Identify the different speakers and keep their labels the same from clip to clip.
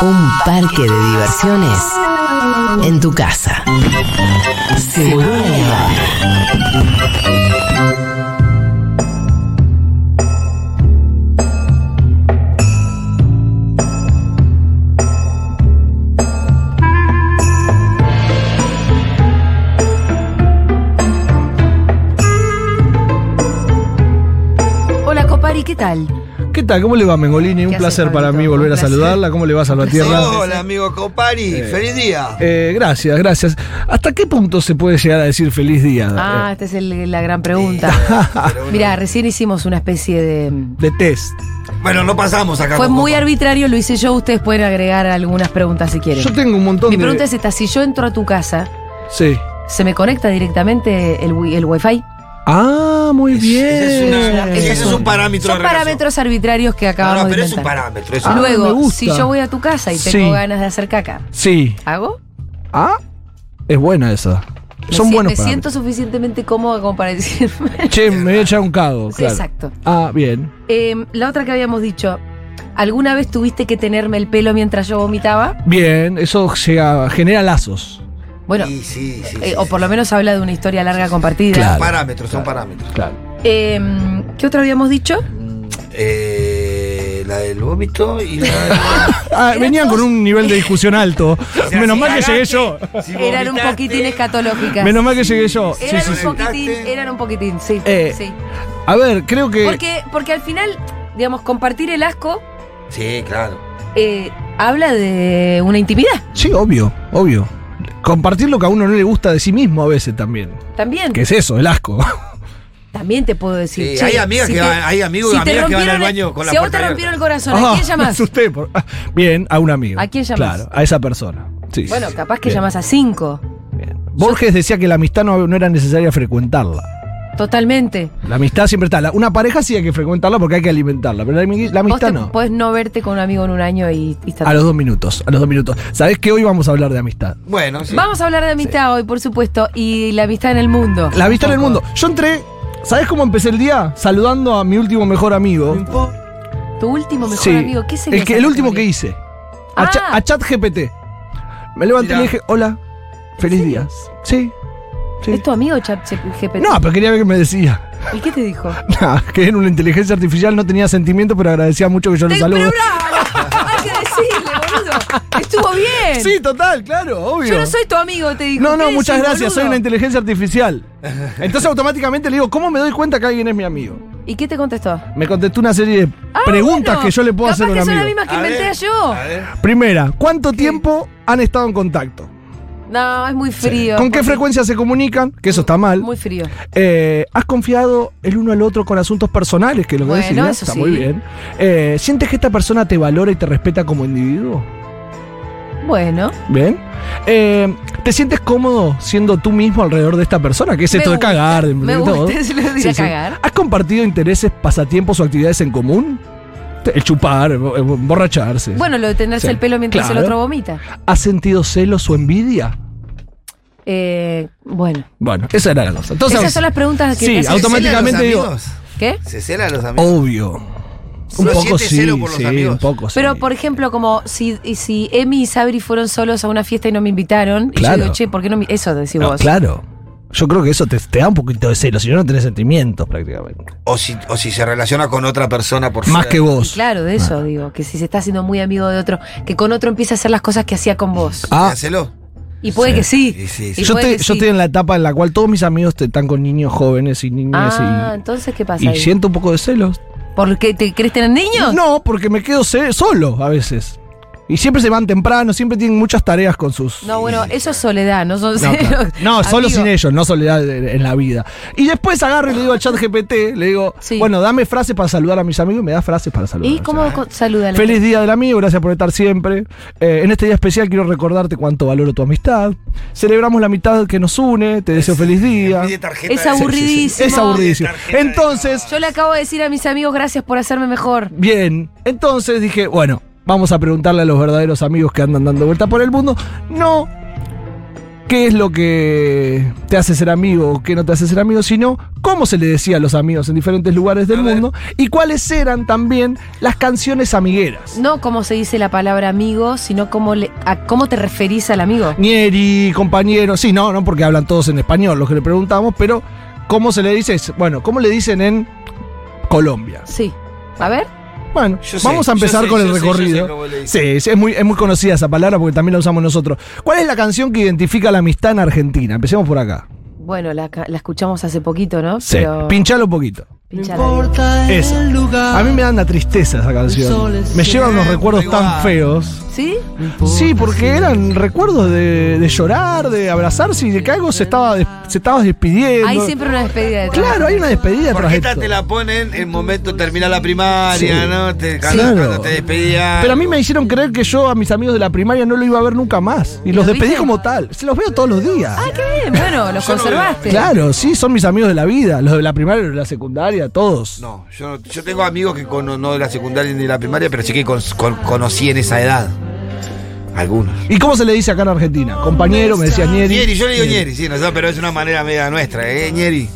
Speaker 1: Un parque de diversiones en tu casa. Seguro
Speaker 2: Hola Copari, ¿qué tal?
Speaker 3: ¿Qué tal? ¿Cómo le va, Mengolini? Un
Speaker 2: ¿Qué hace,
Speaker 3: placer para
Speaker 2: Pablito?
Speaker 3: mí volver
Speaker 2: Un
Speaker 3: a
Speaker 2: placer.
Speaker 3: saludarla. ¿Cómo le va, Salvatierra?
Speaker 4: Hola, amigo Copari. Feliz día.
Speaker 3: Eh, gracias, gracias. ¿Hasta qué punto se puede llegar a decir feliz día?
Speaker 2: Ah,
Speaker 3: Eh,
Speaker 2: esta es el- la gran pregunta.
Speaker 3: Ah.
Speaker 2: Mira, recién hicimos una especie de... mm,
Speaker 3: de test.
Speaker 4: Bueno, no pasamos acá.
Speaker 2: Fue
Speaker 4: con
Speaker 2: muy
Speaker 4: Copari.
Speaker 2: arbitrario, lo hice yo, ustedes pueden agregar algunas preguntas si quieren.
Speaker 3: Yo tengo un montón
Speaker 2: Mi
Speaker 3: de.
Speaker 2: pregunta es esta, si yo entro a tu casa,
Speaker 3: Sí.
Speaker 2: ¿se me conecta directamente el, wi- el wifi?
Speaker 3: Ah, muy bien.
Speaker 4: Ese es, una-
Speaker 2: Esa
Speaker 4: ese es
Speaker 2: una-
Speaker 4: un parámetro.
Speaker 2: Son
Speaker 4: de relación.
Speaker 2: parámetros arbitrarios que
Speaker 4: No,
Speaker 2: acabamos
Speaker 4: no,
Speaker 2: de
Speaker 4: pero es un
Speaker 2: inventar.
Speaker 4: parámetro. es
Speaker 3: Ah,
Speaker 4: un-
Speaker 3: me
Speaker 2: Luego,
Speaker 3: gusta.
Speaker 2: si yo voy a tu casa y tengo
Speaker 3: Sí.
Speaker 2: ganas de hacer caca,
Speaker 3: Sí.
Speaker 2: ¿hago?
Speaker 3: Ah, es buena esa.
Speaker 2: Me
Speaker 3: Son
Speaker 2: si-
Speaker 3: buenos
Speaker 2: Me siento suficientemente cómoda como para decirme.
Speaker 3: parámetros. Che, me voy a echar un cago,
Speaker 2: Sí,
Speaker 3: claro.
Speaker 2: Exacto.
Speaker 3: Ah, bien.
Speaker 2: Eh, la otra que habíamos dicho, ¿alguna vez tuviste que tenerme el pelo mientras yo vomitaba?
Speaker 3: Bien, eso llega, genera lazos.
Speaker 2: Bueno,
Speaker 4: Sí, sí, sí,
Speaker 2: eh,
Speaker 4: sí,
Speaker 2: o
Speaker 4: sí.
Speaker 2: por lo menos habla de una historia larga compartida.
Speaker 3: Claro.
Speaker 4: Parámetros, son parámetros. Mm,
Speaker 3: Claro.
Speaker 2: Eh, ¿Qué otra habíamos dicho?
Speaker 4: Eh, la del vómito y la del.
Speaker 3: Ah, venían con un nivel de discusión alto.
Speaker 4: Si
Speaker 3: Menos
Speaker 4: así
Speaker 3: mal que llegué
Speaker 4: cagaste,
Speaker 3: yo.
Speaker 4: si
Speaker 2: Eran un
Speaker 4: vomitaste,
Speaker 2: poquitín escatológicas.
Speaker 3: Menos mal que llegué yo. Sí,
Speaker 2: eran
Speaker 3: sí,
Speaker 2: un
Speaker 3: sí.
Speaker 2: poquitín, eran un poquitín, sí.
Speaker 3: Eh,
Speaker 2: sí.
Speaker 3: A ver, creo que.
Speaker 2: Porque, porque al final, digamos, compartir el asco
Speaker 4: Sí, claro.
Speaker 2: eh, habla de una intimidad
Speaker 3: Sí, obvio, obvio. Compartir lo que a uno no le gusta de sí mismo a veces también.
Speaker 2: también.
Speaker 3: ¿Qué es eso? El asco.
Speaker 2: También te puedo decir.
Speaker 4: Sí,
Speaker 2: che,
Speaker 4: hay amigas que van- hay amigos,
Speaker 2: te
Speaker 4: amigas que van al
Speaker 2: rompieron el-
Speaker 4: baño con la
Speaker 2: Si a vos te
Speaker 4: puerta
Speaker 2: rompieron el
Speaker 4: abierta.
Speaker 2: corazón, ¿a quién
Speaker 3: Ah, me
Speaker 2: llamás?
Speaker 3: asusté por- ah, Bien, a un amigo.
Speaker 2: ¿A quién llamás?
Speaker 3: Claro, a esa persona. Sí,
Speaker 2: Bueno,
Speaker 3: sí, sí.
Speaker 2: capaz que
Speaker 3: Bien,
Speaker 2: llamás a cinco.
Speaker 3: bien. Borges decía que la amistad no, no era necesaria frecuentarla.
Speaker 2: Totalmente.
Speaker 3: La amistad siempre está. La- una pareja sí hay que frecuentarla porque hay que alimentarla, pero la, ami- la
Speaker 2: Vos
Speaker 3: amistad
Speaker 2: te
Speaker 3: no.
Speaker 2: podés no verte con un amigo en un año y, y está
Speaker 3: A los dos minutos, a los dos minutos. ¿Sabés que hoy vamos a hablar de amistad?
Speaker 4: Bueno, sí.
Speaker 2: Vamos a hablar de amistad hoy, por supuesto, y la amistad en el mundo.
Speaker 3: La amistad en el
Speaker 2: Un
Speaker 3: mundo.
Speaker 2: poco.
Speaker 3: Yo entré, ¿sabés cómo empecé el día? Saludando a mi último mejor amigo.
Speaker 2: Tu último mejor
Speaker 3: Sí.
Speaker 2: amigo, ¿qué sería
Speaker 3: el, que-
Speaker 2: esa
Speaker 3: el último que
Speaker 2: categoría?
Speaker 3: hice. A,
Speaker 2: Ah.
Speaker 3: cha- a ChatGPT. Me levanté y
Speaker 4: Mirá.
Speaker 3: le dije, hola, feliz día. Sí. sí.
Speaker 2: ¿Es tu amigo Chat GPT?
Speaker 3: No, pero quería ver qué me decía.
Speaker 2: ¿Y qué te dijo?
Speaker 3: Nah, que era una inteligencia artificial, no tenía sentimiento, pero agradecía mucho que yo lo
Speaker 2: ¡Te-
Speaker 3: saludo.
Speaker 2: pero bravo! Hay que decirle, boludo. Estuvo bien.
Speaker 3: Sí, total, claro, obvio.
Speaker 2: Yo no soy tu amigo, te digo.
Speaker 3: no, no, muchas gracias, soy una inteligencia artificial. Entonces automáticamente le digo, ¿cómo me doy cuenta que alguien es mi amigo?
Speaker 2: ¿Y qué te contestó?
Speaker 3: Me contestó una serie de
Speaker 2: Ah,
Speaker 3: preguntas
Speaker 2: bueno,
Speaker 3: que yo le puedo
Speaker 2: capaz
Speaker 3: hacer a un
Speaker 2: que son las
Speaker 3: amigo.
Speaker 2: mismas que
Speaker 4: A ver,
Speaker 2: inventé yo.
Speaker 4: a ver.
Speaker 3: Primera, ¿cuánto tiempo han estado en contacto?
Speaker 2: No, es muy frío.
Speaker 3: ¿Con qué
Speaker 2: Porque-
Speaker 3: frecuencia se comunican? Que eso está mal.
Speaker 2: Muy frío.
Speaker 3: Eh, ¿Has confiado el uno al otro con asuntos personales? Que es lo que
Speaker 2: Bueno,
Speaker 3: decías,
Speaker 2: eso
Speaker 3: está
Speaker 2: sí.
Speaker 3: muy bien. Eh, ¿Sientes que esta persona te valora y te respeta como individuo?
Speaker 2: Bueno.
Speaker 3: ¿Bien? Eh, ¿Te sientes cómodo siendo tú mismo alrededor de esta persona? ¿Qué es
Speaker 2: Me
Speaker 3: esto
Speaker 2: gusta,
Speaker 3: de cagar? de-
Speaker 2: Me
Speaker 3: de
Speaker 2: gusta,
Speaker 3: todo?
Speaker 2: se lo diré
Speaker 3: Sí,
Speaker 2: a
Speaker 3: sí.
Speaker 2: cagar.
Speaker 3: ¿Has compartido intereses, pasatiempos o actividades en común? El chupar, eh, el bo- el borracharse.
Speaker 2: Bueno, lo de tenerse
Speaker 3: Sí.
Speaker 2: el pelo mientras el
Speaker 3: Claro.
Speaker 2: otro vomita.
Speaker 3: ¿Has sentido celos o envidia?
Speaker 2: Eh, bueno.
Speaker 3: Bueno, esa era la cosa. Entonces,
Speaker 2: Esas son las preguntas que
Speaker 3: sí,
Speaker 2: te hacen-
Speaker 3: automáticamente
Speaker 4: ¿Se
Speaker 3: digo-
Speaker 4: celan los amigos?
Speaker 2: ¿Qué?
Speaker 4: ¿Se celan los amigos?
Speaker 3: obvio. Un
Speaker 4: Uno
Speaker 3: poco
Speaker 4: siente
Speaker 3: sí,
Speaker 4: celo por los
Speaker 3: sí,
Speaker 4: amigos.
Speaker 3: un poco sí.
Speaker 2: Pero, por ejemplo, como si, y si Emi y Sabri fueron solos a una fiesta y no me invitaron, y yo
Speaker 3: Claro.
Speaker 2: digo, che, ¿por qué no me.? Eso decís
Speaker 3: No,
Speaker 2: vos.
Speaker 3: claro. Yo creo que eso te, te da un poquito de celo, si no, no tenés sentimientos prácticamente.
Speaker 4: O si, o si se relaciona con otra persona por
Speaker 3: Más
Speaker 4: fuera.
Speaker 3: que
Speaker 2: Y
Speaker 3: vos.
Speaker 2: claro, de eso digo, que si se está haciendo muy amigo de otro, que con otro empieza a hacer las cosas que hacía con vos.
Speaker 3: Ah,
Speaker 4: Hacelo.
Speaker 2: y puede que sí.
Speaker 4: Sí, sí, sí.
Speaker 2: y
Speaker 3: yo,
Speaker 2: puede
Speaker 3: te-
Speaker 2: que sí.
Speaker 3: yo estoy en la etapa en la cual todos mis amigos te- están con niños jóvenes y niñas
Speaker 2: Ah,
Speaker 3: y-
Speaker 2: entonces, ¿qué pasa?
Speaker 3: y,
Speaker 2: ahí?
Speaker 3: siento un poco de celos.
Speaker 2: ¿Por qué te querés tener niños?
Speaker 3: No, porque me quedo se- solo a veces. Y siempre se van temprano, siempre tienen muchas tareas con sus...
Speaker 2: No, bueno, eso es soledad, no son
Speaker 3: No, claro.
Speaker 2: celos.
Speaker 3: No, solo
Speaker 2: Amigo,
Speaker 3: sin ellos, no soledad en en la vida. Y después agarro y le digo a ChatGPT, le digo,
Speaker 2: Sí.
Speaker 3: bueno, dame frases para saludar a mis amigos y me da frases para saludar.
Speaker 2: ¿Y
Speaker 3: a mis
Speaker 2: cómo co- saluda a la
Speaker 3: Feliz día del amigo, gracias por estar siempre. Eh, en este día especial quiero recordarte cuánto valoro tu amistad. Celebramos la mitad que nos une, te deseo feliz día.
Speaker 4: Muy de tarjeta
Speaker 2: Es
Speaker 4: de-
Speaker 2: aburrido. aburridísimo.
Speaker 3: Es aburridísimo.
Speaker 4: Tarjeta de-
Speaker 3: Entonces,
Speaker 2: Yo le acabo de decir a mis amigos gracias por hacerme mejor.
Speaker 3: bien, entonces dije, bueno, vamos a preguntarle a los verdaderos amigos que andan dando vueltas por el mundo. No qué es lo que te hace ser amigo o qué no te hace ser amigo, sino cómo se le decía a los amigos en diferentes lugares del
Speaker 4: A ver.
Speaker 3: mundo y cuáles eran también las canciones amigueras.
Speaker 2: No cómo se dice la palabra amigo, sino cómo, le, a cómo te referís al amigo.
Speaker 3: Nieri, compañero, sí, no, no porque hablan todos en español, los que le preguntamos, pero ¿cómo se le dice? Es- Bueno, ¿cómo le dicen en Colombia?
Speaker 2: Sí. A ver.
Speaker 3: Bueno,
Speaker 4: Yo sé,
Speaker 3: vamos a
Speaker 4: yo
Speaker 3: empezar
Speaker 4: sé,
Speaker 3: con
Speaker 4: yo
Speaker 3: el
Speaker 4: sé, yo sé
Speaker 3: recorrido.
Speaker 4: cómo le dicen.
Speaker 3: Sí, sí, es muy, es muy conocida esa palabra porque también la usamos nosotros. ¿Cuál es la canción que identifica la amistad en Argentina? Empecemos por acá.
Speaker 2: Bueno, la, ca- la escuchamos hace poquito, ¿no?
Speaker 3: Sí,
Speaker 2: Pero-
Speaker 3: pinchalo un poquito.
Speaker 2: Pinchala.
Speaker 5: importa
Speaker 3: Esa.
Speaker 5: el
Speaker 3: A
Speaker 5: lugar.
Speaker 3: mí me dan una tristeza esa canción. Me lleva unos recuerdos tan feos.
Speaker 2: ¿Sí?
Speaker 3: Sí, porque eran recuerdos de, de llorar, de abrazarse y de que algo se estaba, des- se estaba despidiendo.
Speaker 2: Hay siempre una despedida de
Speaker 3: Eh, Claro, hay una despedida
Speaker 4: Porque
Speaker 3: tras
Speaker 4: esta
Speaker 3: esto.
Speaker 4: te la ponen en momento terminar la primaria,
Speaker 3: Sí.
Speaker 4: ¿no? Te, cuando,
Speaker 3: Claro.
Speaker 4: cuando te despedían.
Speaker 3: Pero a mí me hicieron creer que yo a mis amigos de la primaria no lo iba a ver nunca más. Y los
Speaker 2: ¿Los
Speaker 3: despedí
Speaker 2: viste?
Speaker 3: como tal. Se los veo todos los días.
Speaker 2: Ah, qué bien. Bueno, los
Speaker 4: Yo no
Speaker 2: conservaste.
Speaker 3: Claro, sí, son mis amigos de la vida. Los de la primaria, los de la secundaria, todos.
Speaker 4: No, yo, no- yo tengo amigos que cono- no de la secundaria ni de la primaria, pero sí que con- con- conocí en esa edad. Algunos.
Speaker 3: ¿Y cómo se le dice acá en Argentina? Compañero, me decías Nieri.
Speaker 4: Ñeri, yo le digo Ñeri, sí, no sé, pero es una manera media nuestra, ¿eh? Ñeri.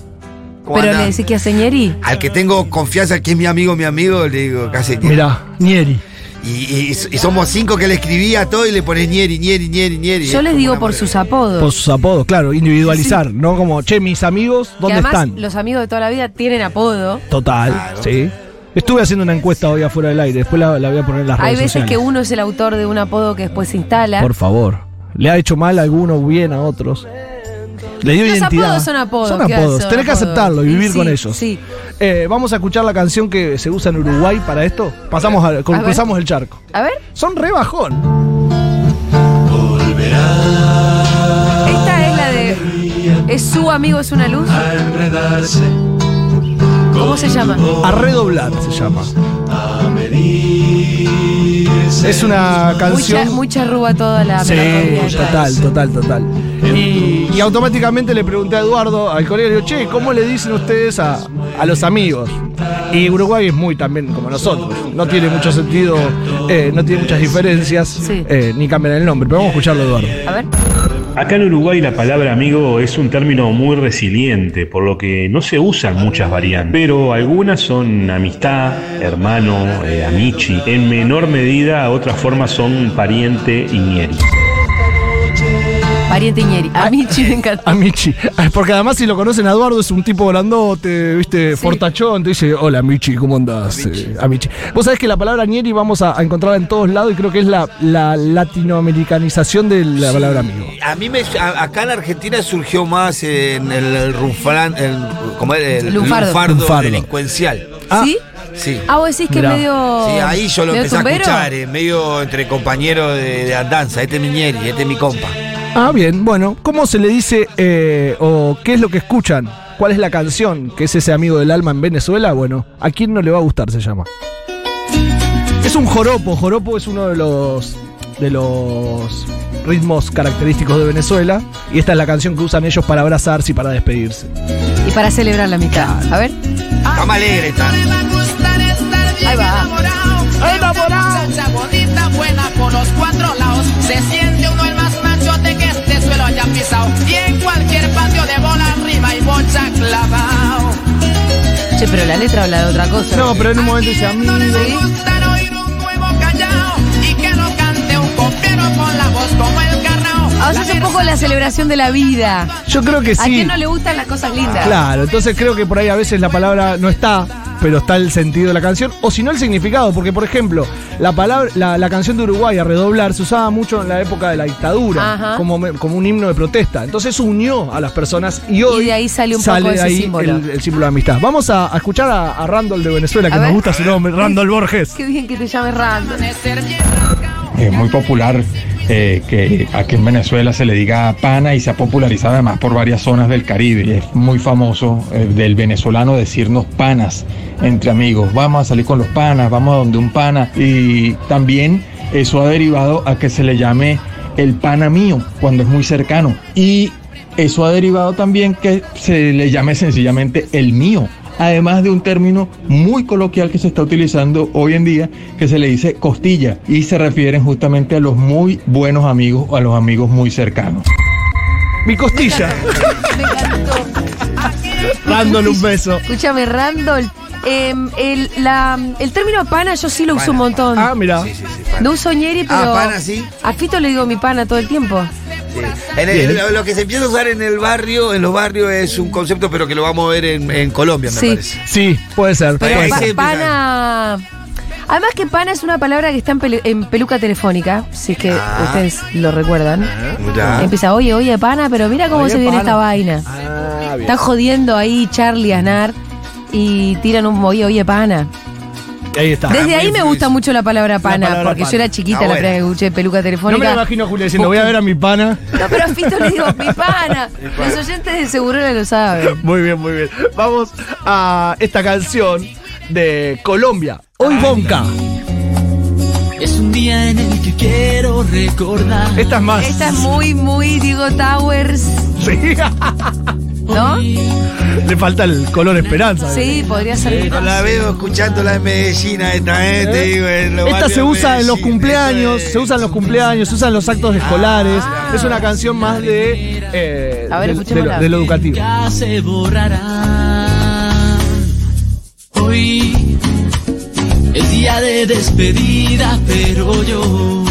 Speaker 4: ¿Cómo
Speaker 2: Pero
Speaker 4: andás?
Speaker 2: le decís que hace ñeri.
Speaker 4: Al que tengo confianza, que es mi amigo, mi amigo, le digo casi Ñeri.
Speaker 3: Mirá, Nieri.
Speaker 4: Y, y- y somos cinco que le escribía a todo y le pones Ñeri, Ñeri, Ñeri, Ñeri.
Speaker 2: Yo
Speaker 4: Es
Speaker 2: les
Speaker 4: como
Speaker 2: digo
Speaker 4: una
Speaker 2: por
Speaker 4: manera.
Speaker 2: sus apodos.
Speaker 3: Por sus apodos, claro, individualizar, ¿no? Como, che, mis amigos,
Speaker 2: que
Speaker 3: ¿dónde
Speaker 2: además
Speaker 3: están?
Speaker 2: los amigos de toda la vida tienen apodo.
Speaker 3: Total,
Speaker 4: Claro.
Speaker 3: sí. Estuve haciendo una encuesta hoy afuera del aire, después la, la voy a poner en las
Speaker 2: Hay
Speaker 3: redes
Speaker 2: veces
Speaker 3: sociales.
Speaker 2: que uno es el autor de un apodo que después se instala.
Speaker 3: Por favor. Le ha hecho mal a algunos, bien a otros. Le dio
Speaker 2: Los
Speaker 3: identidad.
Speaker 2: apodos son apodos,
Speaker 3: Son
Speaker 2: ¿qué
Speaker 3: apodos.
Speaker 2: hacen?
Speaker 3: Tenés que
Speaker 2: Apodos.
Speaker 3: aceptarlo y
Speaker 2: Y
Speaker 3: vivir
Speaker 2: sí,
Speaker 3: con ellos.
Speaker 2: sí.
Speaker 3: Eh, vamos a escuchar la canción que se usa en Uruguay para esto. Pasamos a,
Speaker 2: A ver.
Speaker 3: cruzamos el charco.
Speaker 2: A ver,
Speaker 3: Son rebajón.
Speaker 2: esta es la de. ¿Es su amigo, es una luz? ¿Cómo se llama?
Speaker 3: A redoblar se llama. Es una
Speaker 2: Mucha,
Speaker 3: canción.
Speaker 2: mucha ruba toda la melancolía
Speaker 3: Sí,
Speaker 2: de
Speaker 3: total,
Speaker 2: Price.
Speaker 3: total, total. Y, y automáticamente le pregunté a Eduardo, al colega, le digo, che, ¿cómo le dicen ustedes a, a los amigos? Y Uruguay es muy también como nosotros. No tiene mucho sentido, eh, no tiene muchas diferencias,
Speaker 2: Sí.
Speaker 3: eh, ni cambian el nombre. Pero vamos a escucharlo, Eduardo.
Speaker 2: A ver,
Speaker 6: Acá en Uruguay la palabra amigo es un término muy resiliente, por lo que no se usan muchas variantes, pero algunas son amistad, hermano, eh, amici. En menor medida, otras formas son pariente y ñeri.
Speaker 2: pariente Iñeri. A
Speaker 3: Ah.
Speaker 2: mí sí me encanta.
Speaker 3: Amichi. Ah, Porque además, si lo conocen a Eduardo, es un tipo grandote, ¿viste?
Speaker 2: Sí.
Speaker 3: Fortachón. Te dice, hola, Amichi, ¿cómo andás? Eh, Amichi. Vos sabés que la palabra Nieri vamos a, a encontrarla en todos lados y creo que es la, la latinoamericanización de la palabra amigo.
Speaker 4: A mí me, a- acá en Argentina surgió más en el, el ruflan- el, ¿cómo era? El
Speaker 2: Lunfardo.
Speaker 4: lunfardo
Speaker 3: Lunfardo.
Speaker 4: delincuencial.
Speaker 3: Ah.
Speaker 2: ¿Sí?
Speaker 4: Sí.
Speaker 2: Ah, vos decís que
Speaker 3: Mirá.
Speaker 2: medio.
Speaker 4: Sí, ahí yo lo
Speaker 2: medio
Speaker 4: empecé
Speaker 2: tumbero.
Speaker 4: a escuchar, eh, medio entre compañeros de, de andanza. Este es mi ñeri, este es mi compa.
Speaker 3: Ah, bien, bueno, ¿cómo se le dice eh, o qué es lo que escuchan? ¿Cuál es la canción que es ese amigo del alma en Venezuela? Bueno, ¿a quién no le va a gustar se llama? Es un joropo, joropo es uno de los de los ritmos característicos de Venezuela y esta es la canción que usan ellos para abrazarse y para despedirse.
Speaker 2: Y para celebrar la mitad. A ver.
Speaker 4: Está más alegre, está.
Speaker 2: Ahí va.
Speaker 7: Enamorado. Muchacha bonita, buena por los cuatro lados. Se siente uno el más machote que este suelo haya pisado. Y en cualquier patio de bola arriba y bocha clavao.
Speaker 2: Che, pero la letra habla de otra cosa.
Speaker 3: No, pero en un momento dice
Speaker 7: A quienes no
Speaker 3: amigo.
Speaker 7: les gusta oír un nuevo callao. Y que lo cante un copero con la voz como el carrao.
Speaker 2: Ahora es Ah, un poco la celebración de la vida.
Speaker 3: Yo creo que
Speaker 2: ¿A
Speaker 3: sí.
Speaker 2: quién no le gustan las cosas lindas?
Speaker 3: Claro, entonces creo que por ahí a veces la palabra no está, pero está el sentido de la canción, o si no el significado, porque por ejemplo, la palabra, la, la canción de Uruguay a redoblar se usaba mucho en la época de la dictadura,
Speaker 2: Ajá.
Speaker 3: como, me- como un himno de protesta. Entonces unió a las personas y hoy
Speaker 2: Y de ahí sale un poco
Speaker 3: de
Speaker 2: ese
Speaker 3: ahí
Speaker 2: símbolo.
Speaker 3: El, el símbolo de amistad. Vamos a, a escuchar a, a Randall de Venezuela, que
Speaker 2: A
Speaker 3: nos
Speaker 2: ver.
Speaker 3: gusta su nombre, Randall Borges.
Speaker 2: Qué bien que te llame Randall.
Speaker 8: es muy popular eh, que aquí en Venezuela se le diga pana y se ha popularizado además por varias zonas del Caribe. Es muy famoso eh, del venezolano decirnos panas entre amigos. Vamos a salir con los panas, vamos a donde un pana. Y también eso ha derivado a que se le llame el pana mío cuando es muy cercano. Y eso ha derivado también que se le llame sencillamente el mío. Además de un término muy coloquial que se está utilizando hoy en día, que se le dice costilla, y se refieren justamente a los muy buenos amigos o a los amigos muy cercanos.
Speaker 9: Mi costilla.
Speaker 2: Me encantó.
Speaker 3: Randall, un beso.
Speaker 2: Escúchame, Randall. eh, el, la- el término pana yo sí lo uso un montón.
Speaker 9: Ah, mira.
Speaker 4: Sí, sí, sí, pana.
Speaker 2: No uso ñeri, pero.
Speaker 4: Ah, pana, sí.
Speaker 2: A Fito le digo mi pana todo el tiempo.
Speaker 4: Sí. En el-
Speaker 9: Bien.
Speaker 4: lo, lo que se empieza a usar en el barrio, en los barrios, es un concepto, pero que lo vamos a ver en, en Colombia, me
Speaker 2: Sí.
Speaker 4: parece.
Speaker 9: Sí, puede ser.
Speaker 2: Pero
Speaker 9: puede
Speaker 4: ahí
Speaker 2: pa-
Speaker 9: ser.
Speaker 4: se empieza.
Speaker 2: pana. Además que pana es una palabra que está en, pelu- en peluca telefónica, si es que
Speaker 4: Ah.
Speaker 2: ustedes lo recuerdan.
Speaker 4: Ya.
Speaker 2: Empieza, oye, oye, pana, pero mira cómo
Speaker 9: Oye,
Speaker 2: se viene
Speaker 9: pana.
Speaker 2: esta vaina.
Speaker 9: Ah, bien.
Speaker 2: Están jodiendo ahí Charlie Aznar y tiran un oye, oye, pana.
Speaker 9: Ahí
Speaker 3: Ah,
Speaker 9: está.
Speaker 2: Desde
Speaker 4: muy
Speaker 2: ahí me
Speaker 4: difícil.
Speaker 2: gusta mucho la palabra pana,
Speaker 9: palabra
Speaker 2: porque yo
Speaker 9: pana.
Speaker 2: era chiquita
Speaker 4: Ah,
Speaker 2: la
Speaker 4: bueno.
Speaker 2: primera vez que escuché peluca
Speaker 3: No me
Speaker 2: telefónica.
Speaker 3: lo imagino a Julia diciendo, voy a ver a mi pana.
Speaker 2: No, pero a Fito le digo, mi pana. Los oyentes de Segurera lo saben.
Speaker 3: Muy bien, muy bien. Vamos a esta canción de Colombia. Hoy Bonca.
Speaker 7: Es un día en el que quiero recordar.
Speaker 3: Esta es más.
Speaker 2: Esta es muy, muy Diego Towers,
Speaker 3: Sí.
Speaker 2: ¿no?
Speaker 3: Le falta el color esperanza.
Speaker 2: Sí, podría ser.
Speaker 4: No la veo escuchándola en Medellín a esta, eh, te digo, en los
Speaker 3: Esta
Speaker 4: barrios
Speaker 3: se
Speaker 4: de
Speaker 3: usa en los
Speaker 4: Medellín, eh.
Speaker 3: cumpleaños,
Speaker 4: eso es.
Speaker 3: se usa en los cumpleaños, se usa en los actos escolares. Es una canción más de, eh,
Speaker 2: A ver,
Speaker 3: de- de,
Speaker 2: escuchémosla.
Speaker 3: lo- de lo educativo.
Speaker 7: Ya se borrarán. Hoy es día de despedida, pero yo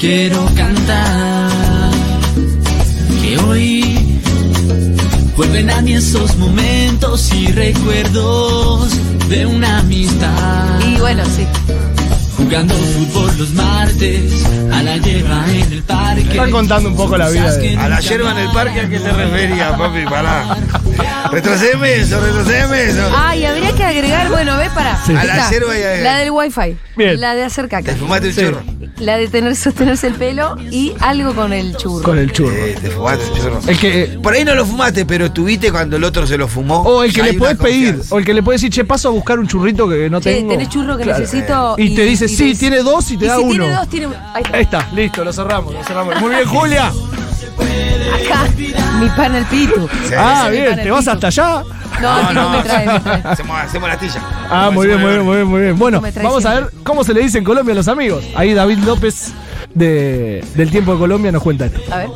Speaker 7: quiero cantar que hoy vuelven a mí esos momentos y recuerdos de una amistad.
Speaker 2: Y bueno, sí.
Speaker 7: Jugando fútbol los martes, a la lleva en el parque.
Speaker 3: Están contando un poco la vida de-
Speaker 4: A la yerba en el parque, ¿a qué se refería, papi? Pará. Retrocedeme eso, retrocedeme eso.
Speaker 2: Ay, habría que agregar, bueno, ve para.
Speaker 4: A la yerba y a-
Speaker 2: La del wifi.
Speaker 3: Bien.
Speaker 2: La de hacer
Speaker 4: Te
Speaker 2: caca.
Speaker 4: fumaste un churro.
Speaker 2: La de tener, sostenerse el pelo y algo con el churro.
Speaker 3: con el churro.
Speaker 4: Eh, te fumaste un churro.
Speaker 3: El que, eh,
Speaker 4: Por ahí no lo fumaste, pero estuviste cuando el otro se lo fumó.
Speaker 3: o Oh, el que
Speaker 4: Hay
Speaker 3: le
Speaker 4: una
Speaker 3: puedes pedir,
Speaker 4: confianza.
Speaker 3: o el que le puedes decir, che, paso a buscar un churrito que no
Speaker 2: Che,
Speaker 3: tengo.
Speaker 2: tenés churro que
Speaker 3: Claro.
Speaker 2: necesito.
Speaker 3: Y te dice, sí,
Speaker 2: te-
Speaker 3: tiene dos y te da
Speaker 2: si
Speaker 3: uno.
Speaker 2: Tiene dos, tiene uno. Ahí está.
Speaker 3: Ahí está, listo, lo cerramos, lo cerramos. Muy bien, Julia.
Speaker 2: Acá, mi pana el pitu.
Speaker 4: Sí.
Speaker 3: Ah,
Speaker 2: Ese me
Speaker 3: bien,
Speaker 2: para
Speaker 3: ¿te
Speaker 2: el
Speaker 3: vas
Speaker 2: piso.
Speaker 3: hasta allá?
Speaker 2: No, el pitu me trae, me trae.
Speaker 4: Hacemos, hacemos la astilla.
Speaker 3: Ah, muy bien, muy bien, muy bien, muy bien. Bueno,
Speaker 2: me trae
Speaker 3: vamos a ver
Speaker 2: siempre.
Speaker 3: cómo se le dice en Colombia a los amigos. Ahí David López de, del Tiempo de Colombia nos cuenta esto.
Speaker 2: A ver.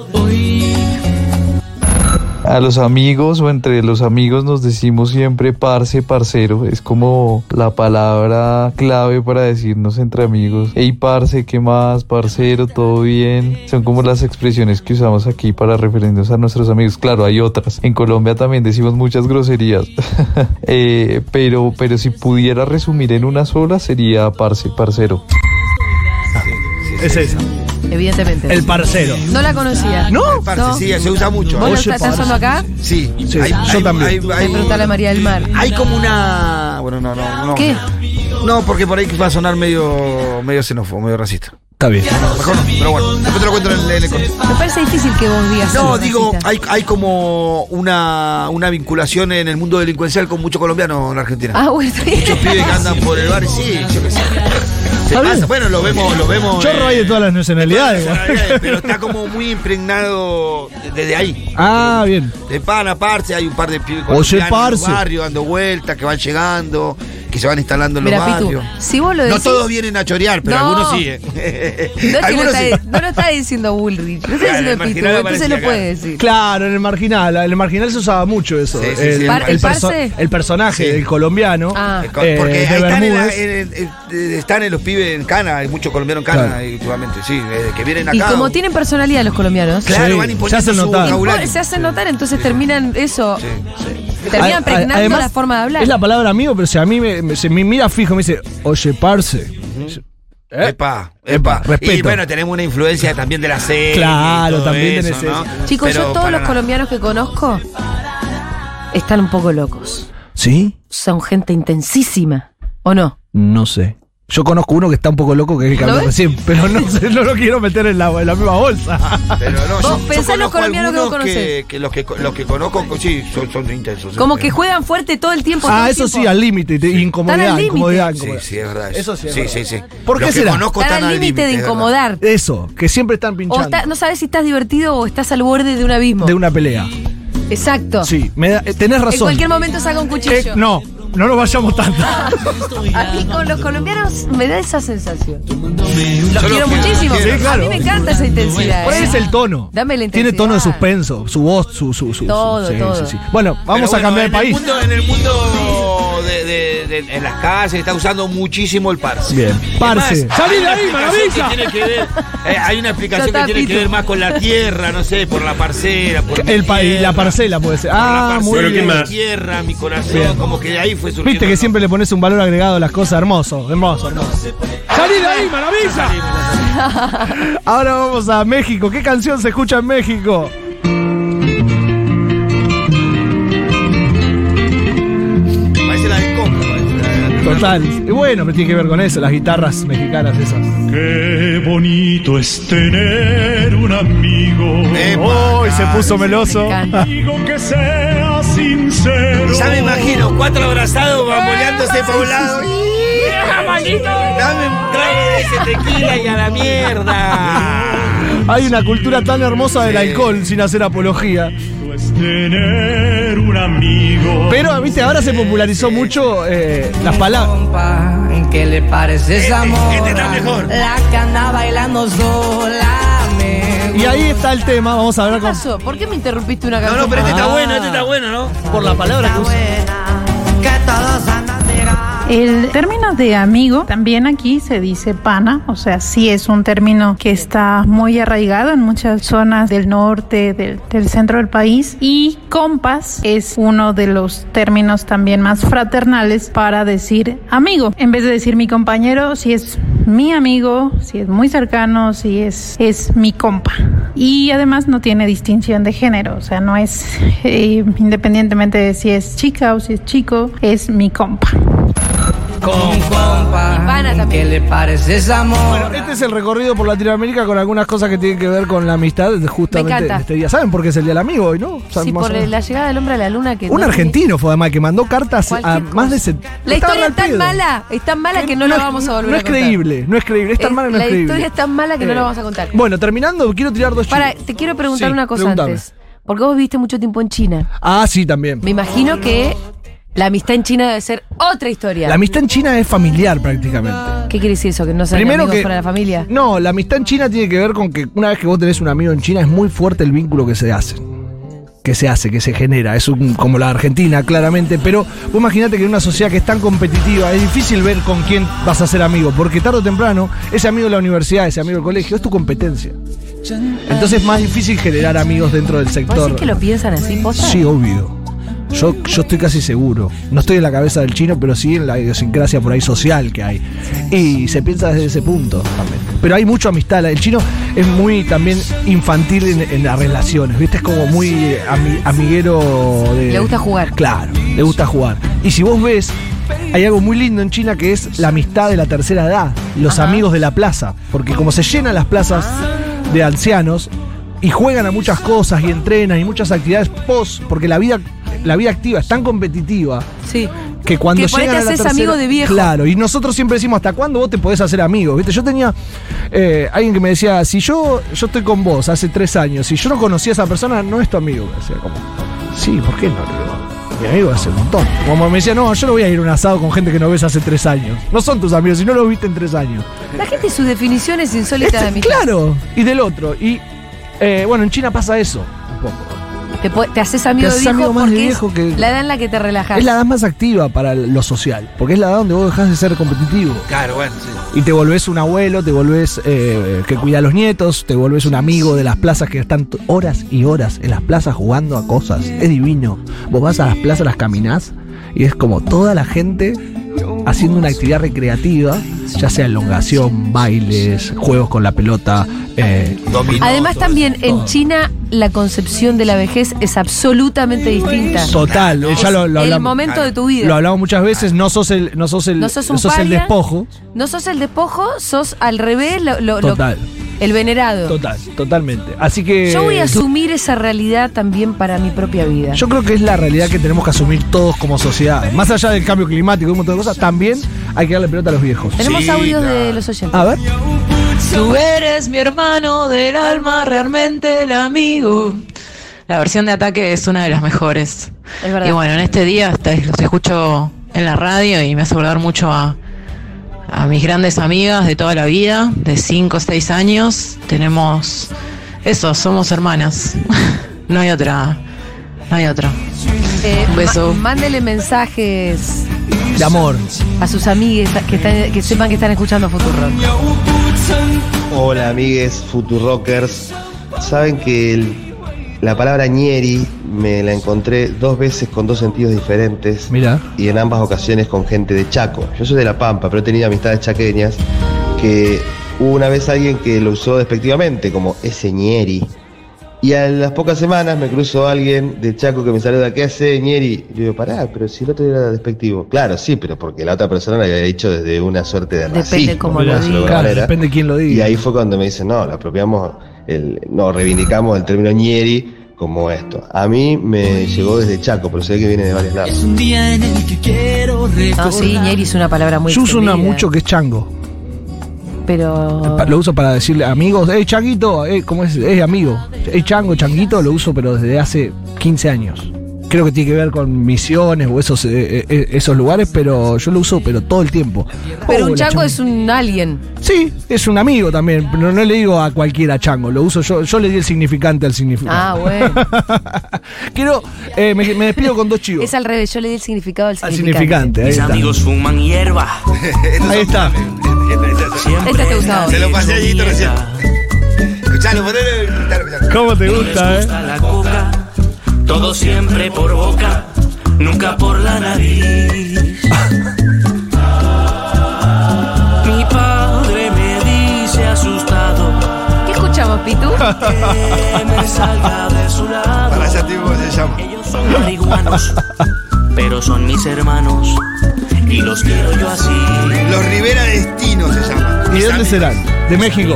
Speaker 10: A los amigos o entre los amigos nos decimos siempre parce, parcero. Es como la palabra clave para decirnos entre amigos. Ey, parce, ¿qué más? Parcero, ¿todo bien? Son como las expresiones que usamos aquí para referirnos a nuestros amigos. Claro, hay otras. En Colombia también decimos muchas groserías. Eh, pero, pero si pudiera resumir en una sola sería parce, parcero.
Speaker 3: Es esa,
Speaker 2: Evidentemente.
Speaker 3: el parcero.
Speaker 2: No la conocía.
Speaker 3: ¿No.
Speaker 4: Parce, sí, se usa mucho. ¿eh?
Speaker 2: ¿Vos lo
Speaker 3: Oye,
Speaker 2: estás
Speaker 3: parce.
Speaker 2: usando acá?
Speaker 4: Sí,
Speaker 3: Sí, yo también.
Speaker 2: Me pregunta la María del Mar.
Speaker 4: Hay como una. Bueno, no, no, no.
Speaker 2: ¿Qué?
Speaker 4: No, porque por ahí va a sonar medio, medio xenófobo, medio racista.
Speaker 3: Está bien.
Speaker 4: Mejor no, pero bueno, después te lo cuento en el, en el corte.
Speaker 2: Me parece difícil que vos digas.
Speaker 4: No,
Speaker 2: eso,
Speaker 4: digo,
Speaker 2: Rosita.
Speaker 4: hay, hay como una, una vinculación en el mundo delincuencial con muchos colombianos en Argentina.
Speaker 2: Ah, bueno, está bien.
Speaker 4: Muchos pibes que andan por el bar y sí, yo qué sé. Se
Speaker 3: bien.
Speaker 4: pasa, Bueno, lo vemos, lo vemos.
Speaker 3: Chorro
Speaker 4: eh,
Speaker 3: hay de todas las nacionalidades.
Speaker 4: Pero está como muy impregnado desde ahí.
Speaker 3: Ah, bien.
Speaker 4: De pan a parce, hay un par de pibes
Speaker 3: Oye,
Speaker 4: colombianos en los
Speaker 3: parce.
Speaker 4: barrios dando vueltas, que van llegando, que se van instalando en los
Speaker 2: Mira, Pitu,
Speaker 4: barrios.
Speaker 2: si vos lo
Speaker 4: No
Speaker 2: decís.
Speaker 4: todos vienen a chorear, pero
Speaker 2: No.
Speaker 4: algunos sí. eh.
Speaker 2: No, te lo
Speaker 4: algunos
Speaker 2: está,
Speaker 4: sí.
Speaker 2: no lo está diciendo Bullrich, lo está
Speaker 4: Claro,
Speaker 2: diciendo
Speaker 4: el
Speaker 2: Pitu,
Speaker 4: marginal
Speaker 2: entonces
Speaker 4: aparece
Speaker 2: lo
Speaker 4: acá.
Speaker 2: puede decir.
Speaker 3: Claro, en el marginal. En el marginal se usaba mucho eso.
Speaker 4: Sí, sí, sí.
Speaker 3: el,
Speaker 4: Par-
Speaker 3: el
Speaker 2: ¿el
Speaker 3: perso-
Speaker 2: parce?
Speaker 3: el personaje
Speaker 4: Sí.
Speaker 3: del colombiano.
Speaker 2: Ah.
Speaker 4: Eh, co-
Speaker 3: eh,
Speaker 4: Porque
Speaker 3: de
Speaker 4: ahí están, en la-
Speaker 3: Bermúdez.
Speaker 4: en- en- eh, están en los pibes en Cana, hay muchos colombianos en Cana,
Speaker 3: Claro.
Speaker 4: y últimamente, sí, eh, que vienen acá.
Speaker 2: Y como
Speaker 4: o-
Speaker 2: tienen personalidad los colombianos,
Speaker 4: Claro,
Speaker 3: Sí,
Speaker 4: van
Speaker 3: se
Speaker 4: imponiendo
Speaker 3: hacen
Speaker 4: su
Speaker 3: notar.
Speaker 2: y
Speaker 4: vocabulario.
Speaker 2: por- se hacen notar, entonces terminan eso,
Speaker 4: Sí,
Speaker 2: terminan
Speaker 3: A- a-
Speaker 2: pregnando
Speaker 3: además,
Speaker 2: la forma de hablar.
Speaker 3: Es la palabra amigo, pero si a mí me, me- se me mira fijo, me dice, oye, parce. ¿Eh?
Speaker 4: Epa, epa.
Speaker 3: respeto.
Speaker 4: Y bueno, tenemos una influencia también de la serie.
Speaker 3: Claro,
Speaker 4: y todo
Speaker 3: también
Speaker 4: eso,
Speaker 3: tenés
Speaker 4: ¿no?
Speaker 2: Chicos,
Speaker 4: Pero
Speaker 2: yo todos
Speaker 4: para
Speaker 2: los
Speaker 4: nada.
Speaker 2: colombianos que conozco están un poco locos.
Speaker 3: ¿Sí?
Speaker 2: Son gente intensísima, ¿o no?
Speaker 3: No sé. Yo conozco uno que está un poco loco que es el que
Speaker 2: ¿Lo
Speaker 3: habló
Speaker 2: ves?
Speaker 3: recién, pero no, sé, no lo quiero meter en la, en la misma bolsa.
Speaker 4: Pero no, yo-
Speaker 2: Vos
Speaker 4: yo
Speaker 2: pensá en los
Speaker 4: conozco
Speaker 2: colombianos que vos
Speaker 4: algunos
Speaker 2: conocés.
Speaker 4: Que, que los, que, los que conozco, sí, son, son intensos.
Speaker 2: Como que juegan fuerte todo el tiempo. todo
Speaker 3: Ah,
Speaker 2: el
Speaker 3: eso
Speaker 2: tiempo.
Speaker 3: sí, al límite, y te-
Speaker 2: Están
Speaker 3: incomodidad,
Speaker 2: al límite.
Speaker 3: incomodidad,
Speaker 4: Sí,
Speaker 3: incomodidad.
Speaker 4: sí, es verdad.
Speaker 3: Eso sí es
Speaker 4: Sí,
Speaker 3: verdad.
Speaker 4: sí, sí.
Speaker 3: ¿Por
Speaker 4: Los
Speaker 3: qué
Speaker 4: que
Speaker 3: será?
Speaker 4: conozco
Speaker 2: Están al límite de
Speaker 4: es verdad.
Speaker 2: incomodarte.
Speaker 3: Eso, que siempre están
Speaker 2: O
Speaker 3: pinchando
Speaker 2: está- no sabes si estás divertido o estás al borde de un abismo.
Speaker 3: de una pelea.
Speaker 2: Exacto.
Speaker 3: Sí, me da- eh, tenés
Speaker 2: En
Speaker 3: razón.
Speaker 2: cualquier momento saca un
Speaker 3: Eh,
Speaker 2: cuchillo.
Speaker 3: no, no nos vayamos tanto.
Speaker 2: A mí con los colombianos me da esa sensación. Los
Speaker 4: Yo
Speaker 2: quiero
Speaker 4: que-
Speaker 2: muchísimo. buenísimo.
Speaker 4: Sí,
Speaker 2: A
Speaker 3: claro.
Speaker 2: mí me encanta esa intensidad.
Speaker 3: Por ahí
Speaker 2: ¿eh?
Speaker 3: es el tono.
Speaker 2: Dame la
Speaker 3: Tiene
Speaker 2: intensidad.
Speaker 3: tono de suspenso, su voz, su. su, su- su-
Speaker 2: Todo,
Speaker 3: sí,
Speaker 2: todo.
Speaker 3: sí, sí. Bueno, vamos
Speaker 4: Pero
Speaker 3: a cambiar
Speaker 4: bueno,
Speaker 3: de país.
Speaker 4: En el mundo, en el mundo de, de- de- en las calles está usando muchísimo el parse.
Speaker 3: Bien.
Speaker 4: Es
Speaker 3: Parse.
Speaker 4: más,
Speaker 3: ¡Salí
Speaker 4: hay
Speaker 3: de
Speaker 4: una
Speaker 3: ahí,
Speaker 4: explicación que
Speaker 3: maravilla!
Speaker 4: tiene que ver- eh, hay una explicación
Speaker 2: Ya
Speaker 4: que
Speaker 2: está,
Speaker 4: tiene que
Speaker 2: Pitu.
Speaker 4: ver más con la tierra, no sé, por la parcera. Por mi
Speaker 3: El país, la
Speaker 4: tierra,
Speaker 3: parcela puede ser.
Speaker 4: por la
Speaker 3: Ah, muy
Speaker 4: parcela,
Speaker 3: bien.
Speaker 4: Mi tierra, mi corazón, como que de ahí fue surgiendo.
Speaker 3: Viste que siempre le pones un valor agregado a las cosas. Hermoso, hermoso, hermoso. ¡Salí de ahí, maravilla! Ahora vamos a México. ¿Qué canción se escucha en México?
Speaker 4: Parece la de Congo. parece la de-
Speaker 3: Total. Y bueno, pero tiene que ver con eso, las guitarras mexicanas esas.
Speaker 6: Qué bonito es tener un amigo.
Speaker 4: Epa,
Speaker 3: Hoy se
Speaker 4: acá.
Speaker 3: puso
Speaker 2: Me
Speaker 3: meloso.
Speaker 2: encanta.
Speaker 6: Amigo que sea sincero.
Speaker 4: Ya me imagino, cuatro
Speaker 3: Eh,
Speaker 4: abrazados bamboleándose por un lado. Dame un trago de ese tequila y a la mierda.
Speaker 3: Hay una cultura tan hermosa del alcohol sin hacer apología.
Speaker 6: Es tener un amigo.
Speaker 3: Pero, viste, ahora se popularizó mucho eh, las palabras.
Speaker 7: ¿Qué le parece esa
Speaker 4: Este está mejor.
Speaker 7: La que anda bailando sola
Speaker 3: Y ahí está el tema, vamos a hablar
Speaker 2: ¿Qué
Speaker 3: con,
Speaker 2: pasó? ¿Por qué me interrumpiste una
Speaker 4: No,
Speaker 2: canción?
Speaker 4: no, pero este está
Speaker 3: Ah.
Speaker 4: bueno, este está bueno, ¿no?
Speaker 3: por la palabra que usa.
Speaker 7: Que todos andan mirando
Speaker 11: El término de amigo también aquí se dice pana, o sea, sí es un término que está muy arraigado en muchas zonas del norte, del, del centro del país. Y compas es uno de los términos también más fraternales para decir amigo. En vez de decir mi compañero, si es mi amigo, si es muy cercano, si es, es mi compa. Y además no tiene distinción de género, o sea, no es eh, independientemente de si es chica o si es chico, es mi compa.
Speaker 7: con compa.
Speaker 2: pana
Speaker 7: ¿Qué
Speaker 2: también.
Speaker 7: le parece esa
Speaker 3: Bueno, este es el recorrido por Latinoamérica con algunas cosas que tienen que ver con la amistad
Speaker 2: Me
Speaker 3: justamente
Speaker 2: encanta.
Speaker 3: en este día. ¿Saben por qué es el Día del Amigo hoy, no?
Speaker 2: Sí,
Speaker 3: ¿Saben más
Speaker 2: por
Speaker 3: o menos?
Speaker 2: la llegada del hombre a la luna que.
Speaker 3: Un
Speaker 2: no-
Speaker 3: argentino fue además que mandó cartas a
Speaker 2: Cualquier
Speaker 3: más de...
Speaker 2: cosa.
Speaker 3: set-
Speaker 2: La
Speaker 3: Estaban
Speaker 2: historia
Speaker 3: al
Speaker 2: es tan
Speaker 3: pedo.
Speaker 2: mala, es tan mala que no, la
Speaker 3: es-
Speaker 2: vamos a volver
Speaker 3: No
Speaker 2: a
Speaker 3: es
Speaker 2: contar.
Speaker 3: creíble, no es creíble. Es tan
Speaker 2: Es-
Speaker 3: mala, no
Speaker 2: la
Speaker 3: es creíble.
Speaker 2: historia es tan mala que no
Speaker 3: Eh,
Speaker 2: la vamos a contar.
Speaker 3: Bueno, terminando, quiero tirar dos
Speaker 2: Para,
Speaker 3: chicos.
Speaker 2: te quiero preguntar
Speaker 3: Sí,
Speaker 2: una cosa
Speaker 3: pregúntame.
Speaker 2: antes. Porque vos viviste mucho tiempo en China.
Speaker 3: Ah, sí, también.
Speaker 2: Me imagino que la amistad en China debe ser otra historia.
Speaker 3: La amistad en China es familiar prácticamente.
Speaker 2: ¿Qué quiere decir eso? Que no sean
Speaker 3: Primero
Speaker 2: amigos
Speaker 3: que.
Speaker 2: fuera de la familia.
Speaker 3: No, la amistad en China tiene que ver con que una vez que vos tenés un amigo en China es muy fuerte el vínculo que se hace. Que se hace, que se genera. Es un- como la Argentina, claramente. Pero vos imaginate que en una sociedad que es tan competitiva es difícil ver con quién vas a ser amigo. Porque tarde o temprano, ese amigo de la universidad, ese amigo del colegio, es tu competencia. Entonces es más difícil generar amigos dentro del
Speaker 2: ¿Vos
Speaker 3: sector.
Speaker 2: decís que lo piensan así, posta?
Speaker 3: Sí, obvio. Yo, yo estoy casi seguro. No estoy en la cabeza del chino, pero sí en la idiosincrasia por ahí social que hay. Y se piensa desde ese punto también. Pero hay mucha amistad. El chino es muy también infantil en, en las relaciones, ¿viste? Es como muy eh, ami- amiguero de...
Speaker 2: Le gusta jugar.
Speaker 3: Claro, le gusta jugar. Y si vos ves, hay algo muy lindo en China que es la amistad de la tercera edad, los amigos de la plaza. Porque como se llenan las plazas de ancianos y juegan a muchas cosas y entrenan y muchas actividades post, porque la vida, la vida activa es tan competitiva
Speaker 2: Sí.
Speaker 3: que cuando
Speaker 2: Que por ahí te
Speaker 3: llegan a la
Speaker 2: haces
Speaker 3: tercera-
Speaker 2: amigo de viejo.
Speaker 3: Claro, y nosotros siempre decimos, ¿hasta cuándo vos te podés hacer amigo? ¿Viste? Yo tenía eh, alguien que me decía, si yo, yo estoy con vos hace tres años, si yo no conocía a esa persona, no es tu amigo. Me decía, como, sí, ¿por qué no? Le digo, Mi amigo hace un montón. Como me decía, no, yo no voy a ir a un asado con gente que no ves hace tres años. No son tus amigos, si no lo viste en tres años.
Speaker 2: La gente y sus definiciones insólitas de
Speaker 3: Este,
Speaker 2: amistad.
Speaker 3: claro, y del otro. Y eh, bueno, en China pasa eso un poco.
Speaker 2: Te, po- te haces amigo
Speaker 3: Te
Speaker 2: de
Speaker 3: haces
Speaker 2: viejo
Speaker 3: amigo más de
Speaker 2: porque es
Speaker 3: viejo que-
Speaker 2: la edad en la que te relajas.
Speaker 3: Es la edad más activa para lo social, porque es la edad donde vos dejás de ser competitivo.
Speaker 4: Claro, bueno, sí.
Speaker 3: Y te volvés un abuelo, te volvés eh, que cuida a los nietos, te volvés un amigo de las plazas que están t- horas y horas en las plazas jugando a cosas. Es divino. Vos vas a las plazas, las caminás y es como toda la gente haciendo una actividad recreativa, ya sea elongación, bailes, juegos con la pelota. eh,
Speaker 4: Dominó.
Speaker 2: Además también en China la concepción de la vejez es absolutamente distinta.
Speaker 3: total, eh, ya lo, lo
Speaker 2: el
Speaker 3: hablamos.
Speaker 2: momento de tu vida.
Speaker 3: Lo hablamos muchas veces, no sos el, no sos el,
Speaker 2: No sos un
Speaker 3: el
Speaker 2: paria.
Speaker 3: despojo.
Speaker 2: No sos el despojo, sos al revés lo- lo- lo-
Speaker 3: Total,
Speaker 2: el venerado.
Speaker 3: total, totalmente. Así que.
Speaker 2: Yo voy a asumir esa realidad también para mi propia vida.
Speaker 3: Yo creo que es la realidad que tenemos que asumir todos como sociedad. Más allá del cambio climático y un montón de cosas, también hay que darle pelota a los viejos.
Speaker 2: Tenemos
Speaker 4: Sí,
Speaker 2: audios
Speaker 4: la-
Speaker 2: de los oyentes.
Speaker 3: A ver,
Speaker 12: Tú eres mi hermano del alma, realmente el amigo. La versión de ataque es una de las mejores.
Speaker 2: Es verdad.
Speaker 12: Y bueno, en este día hasta los escucho en la radio y me hace acordar mucho a, a mis grandes amigas de toda la vida, de 5 o 6 años. Tenemos eso, somos hermanas. no hay otra, no hay otra.
Speaker 2: Eh,
Speaker 12: Un beso.
Speaker 2: ma- mándele mensajes
Speaker 3: De amor.
Speaker 2: a sus amigues que, están- que sepan que están escuchando Futuro.
Speaker 13: Hola amigues Futurockers. Saben que el- la palabra ñeri me la encontré dos veces con dos sentidos diferentes.
Speaker 3: Mira.
Speaker 13: Y en ambas ocasiones con gente de Chaco. Yo soy de La Pampa, pero he tenido amistades chaqueñas que hubo una vez alguien que lo usó despectivamente como ese ñeri. Y a las pocas semanas me cruzo a alguien de Chaco que me saluda, ¿qué hace ñeri? Y yo digo, pará, pero si el otro era despectivo. Claro, sí, pero porque la otra persona lo había dicho desde una suerte de racismo,
Speaker 3: cómo
Speaker 13: por
Speaker 3: lo
Speaker 13: decirlo de
Speaker 2: Ah,
Speaker 3: diga.
Speaker 13: alguna
Speaker 3: Claro, depende quién lo diga.
Speaker 13: Y ahí fue cuando me dicen, no, lo apropiamos, el, no, reivindicamos el término ñeri como esto. A mí me llegó desde Chaco, pero sé que viene de varios lados.
Speaker 7: Un día en el que quiero
Speaker 12: Ah,
Speaker 2: No, sí, ñeri es una palabra muy
Speaker 3: Yo uso una
Speaker 2: extendida,
Speaker 3: mucho que es chango.
Speaker 2: Pero.
Speaker 3: Pa- Lo uso para decirle amigos, eh, changuito, eh, ¿cómo es? Eh, amigo. Eh, chango, changuito, lo uso pero desde hace 15 años. Creo que tiene que ver con misiones o esos, eh, eh, esos lugares, pero yo lo uso pero todo el tiempo.
Speaker 2: Pero
Speaker 3: Oh,
Speaker 2: un
Speaker 3: la
Speaker 2: chango
Speaker 3: chang-
Speaker 2: es un alien.
Speaker 3: Sí, es un amigo también, pero no le digo a cualquiera chango, lo uso yo, yo le di el significante al significante.
Speaker 2: Ah, bueno.
Speaker 3: Quiero, eh, me, me despido con dos chivos.
Speaker 2: Es al revés, yo le di el significado del
Speaker 3: Al
Speaker 2: significante.
Speaker 3: significante, ahí está.
Speaker 7: fuman hierba.
Speaker 3: Ahí está.
Speaker 2: Esta te gustaba.
Speaker 4: Se lo pasé a Yito recién. Escuchalo, ponelo. y escuchalo, escuchalo.
Speaker 3: ¿Cómo te eh?
Speaker 7: la coca, todo siempre por boca, nunca por la nariz. Mi padre me dice asustado
Speaker 2: ¿Qué escuchamos, Pitu?
Speaker 7: que me salga de su lado.
Speaker 4: Para allá, tipo, se llama.
Speaker 7: Ellos son marihuanos, pero son mis hermanos y los quiero yo así.
Speaker 4: Los Rivera Destino se llama.
Speaker 3: ¿Y dónde serán? De México.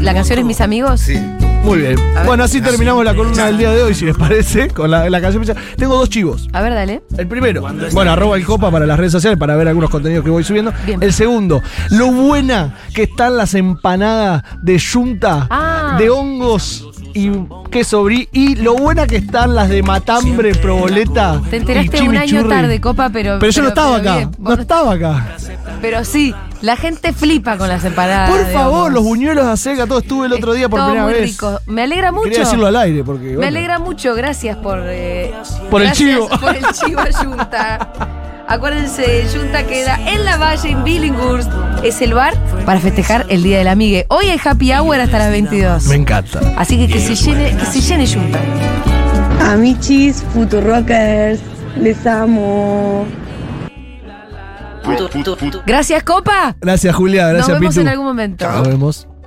Speaker 2: ¿La canción es Mis Amigos?
Speaker 4: Sí.
Speaker 3: Muy bien. Bueno, así terminamos la columna del día de hoy, si les parece, con la, la canción. principal. Tengo dos chivos.
Speaker 2: A ver, dale.
Speaker 3: El primero, bueno, arroba el copa para las redes sociales para ver algunos contenidos que voy subiendo.
Speaker 2: Bien.
Speaker 3: El segundo, lo buena que están las empanadas de yunta,
Speaker 2: Ah.
Speaker 3: de hongos y queso brí. Y lo buena que están las de matambre, proboleta.
Speaker 2: Te
Speaker 3: y
Speaker 2: enteraste un año
Speaker 3: chimichurri.
Speaker 2: tarde, Copa, pero.
Speaker 3: Pero yo no estaba
Speaker 2: pero
Speaker 3: acá,
Speaker 2: bien.
Speaker 3: no
Speaker 2: Vos no-
Speaker 3: estaba acá.
Speaker 2: Pero sí, la gente flipa con las empanadas.
Speaker 3: Por
Speaker 2: de
Speaker 3: favor,
Speaker 2: hongos.
Speaker 3: los buñuelos de acelga, todo estuve el otro
Speaker 2: Es
Speaker 3: día por
Speaker 2: todo
Speaker 3: primera
Speaker 2: Ah, muy
Speaker 3: vez.
Speaker 2: rico. Me alegra mucho.
Speaker 3: Quería decirlo al aire porque.
Speaker 2: Me
Speaker 3: bueno.
Speaker 2: alegra mucho, gracias por. eh,
Speaker 3: Por el
Speaker 2: gracias
Speaker 3: chivo.
Speaker 2: Por el chivo Junta. Acuérdense, Junta queda en la valle, en Billinghurst. Es el bar para festejar el Día del Amigue. Hoy hay happy hour hasta las 22.
Speaker 3: Me encanta.
Speaker 2: Así que que se llene, que se llene Junta.
Speaker 14: Amichis, Futurockers, les amo.
Speaker 2: Gracias, Copa.
Speaker 3: Gracias, Julia,
Speaker 2: Nos
Speaker 3: gracias,
Speaker 2: vemos
Speaker 3: Pitu.
Speaker 2: en algún momento.
Speaker 3: Nos vemos.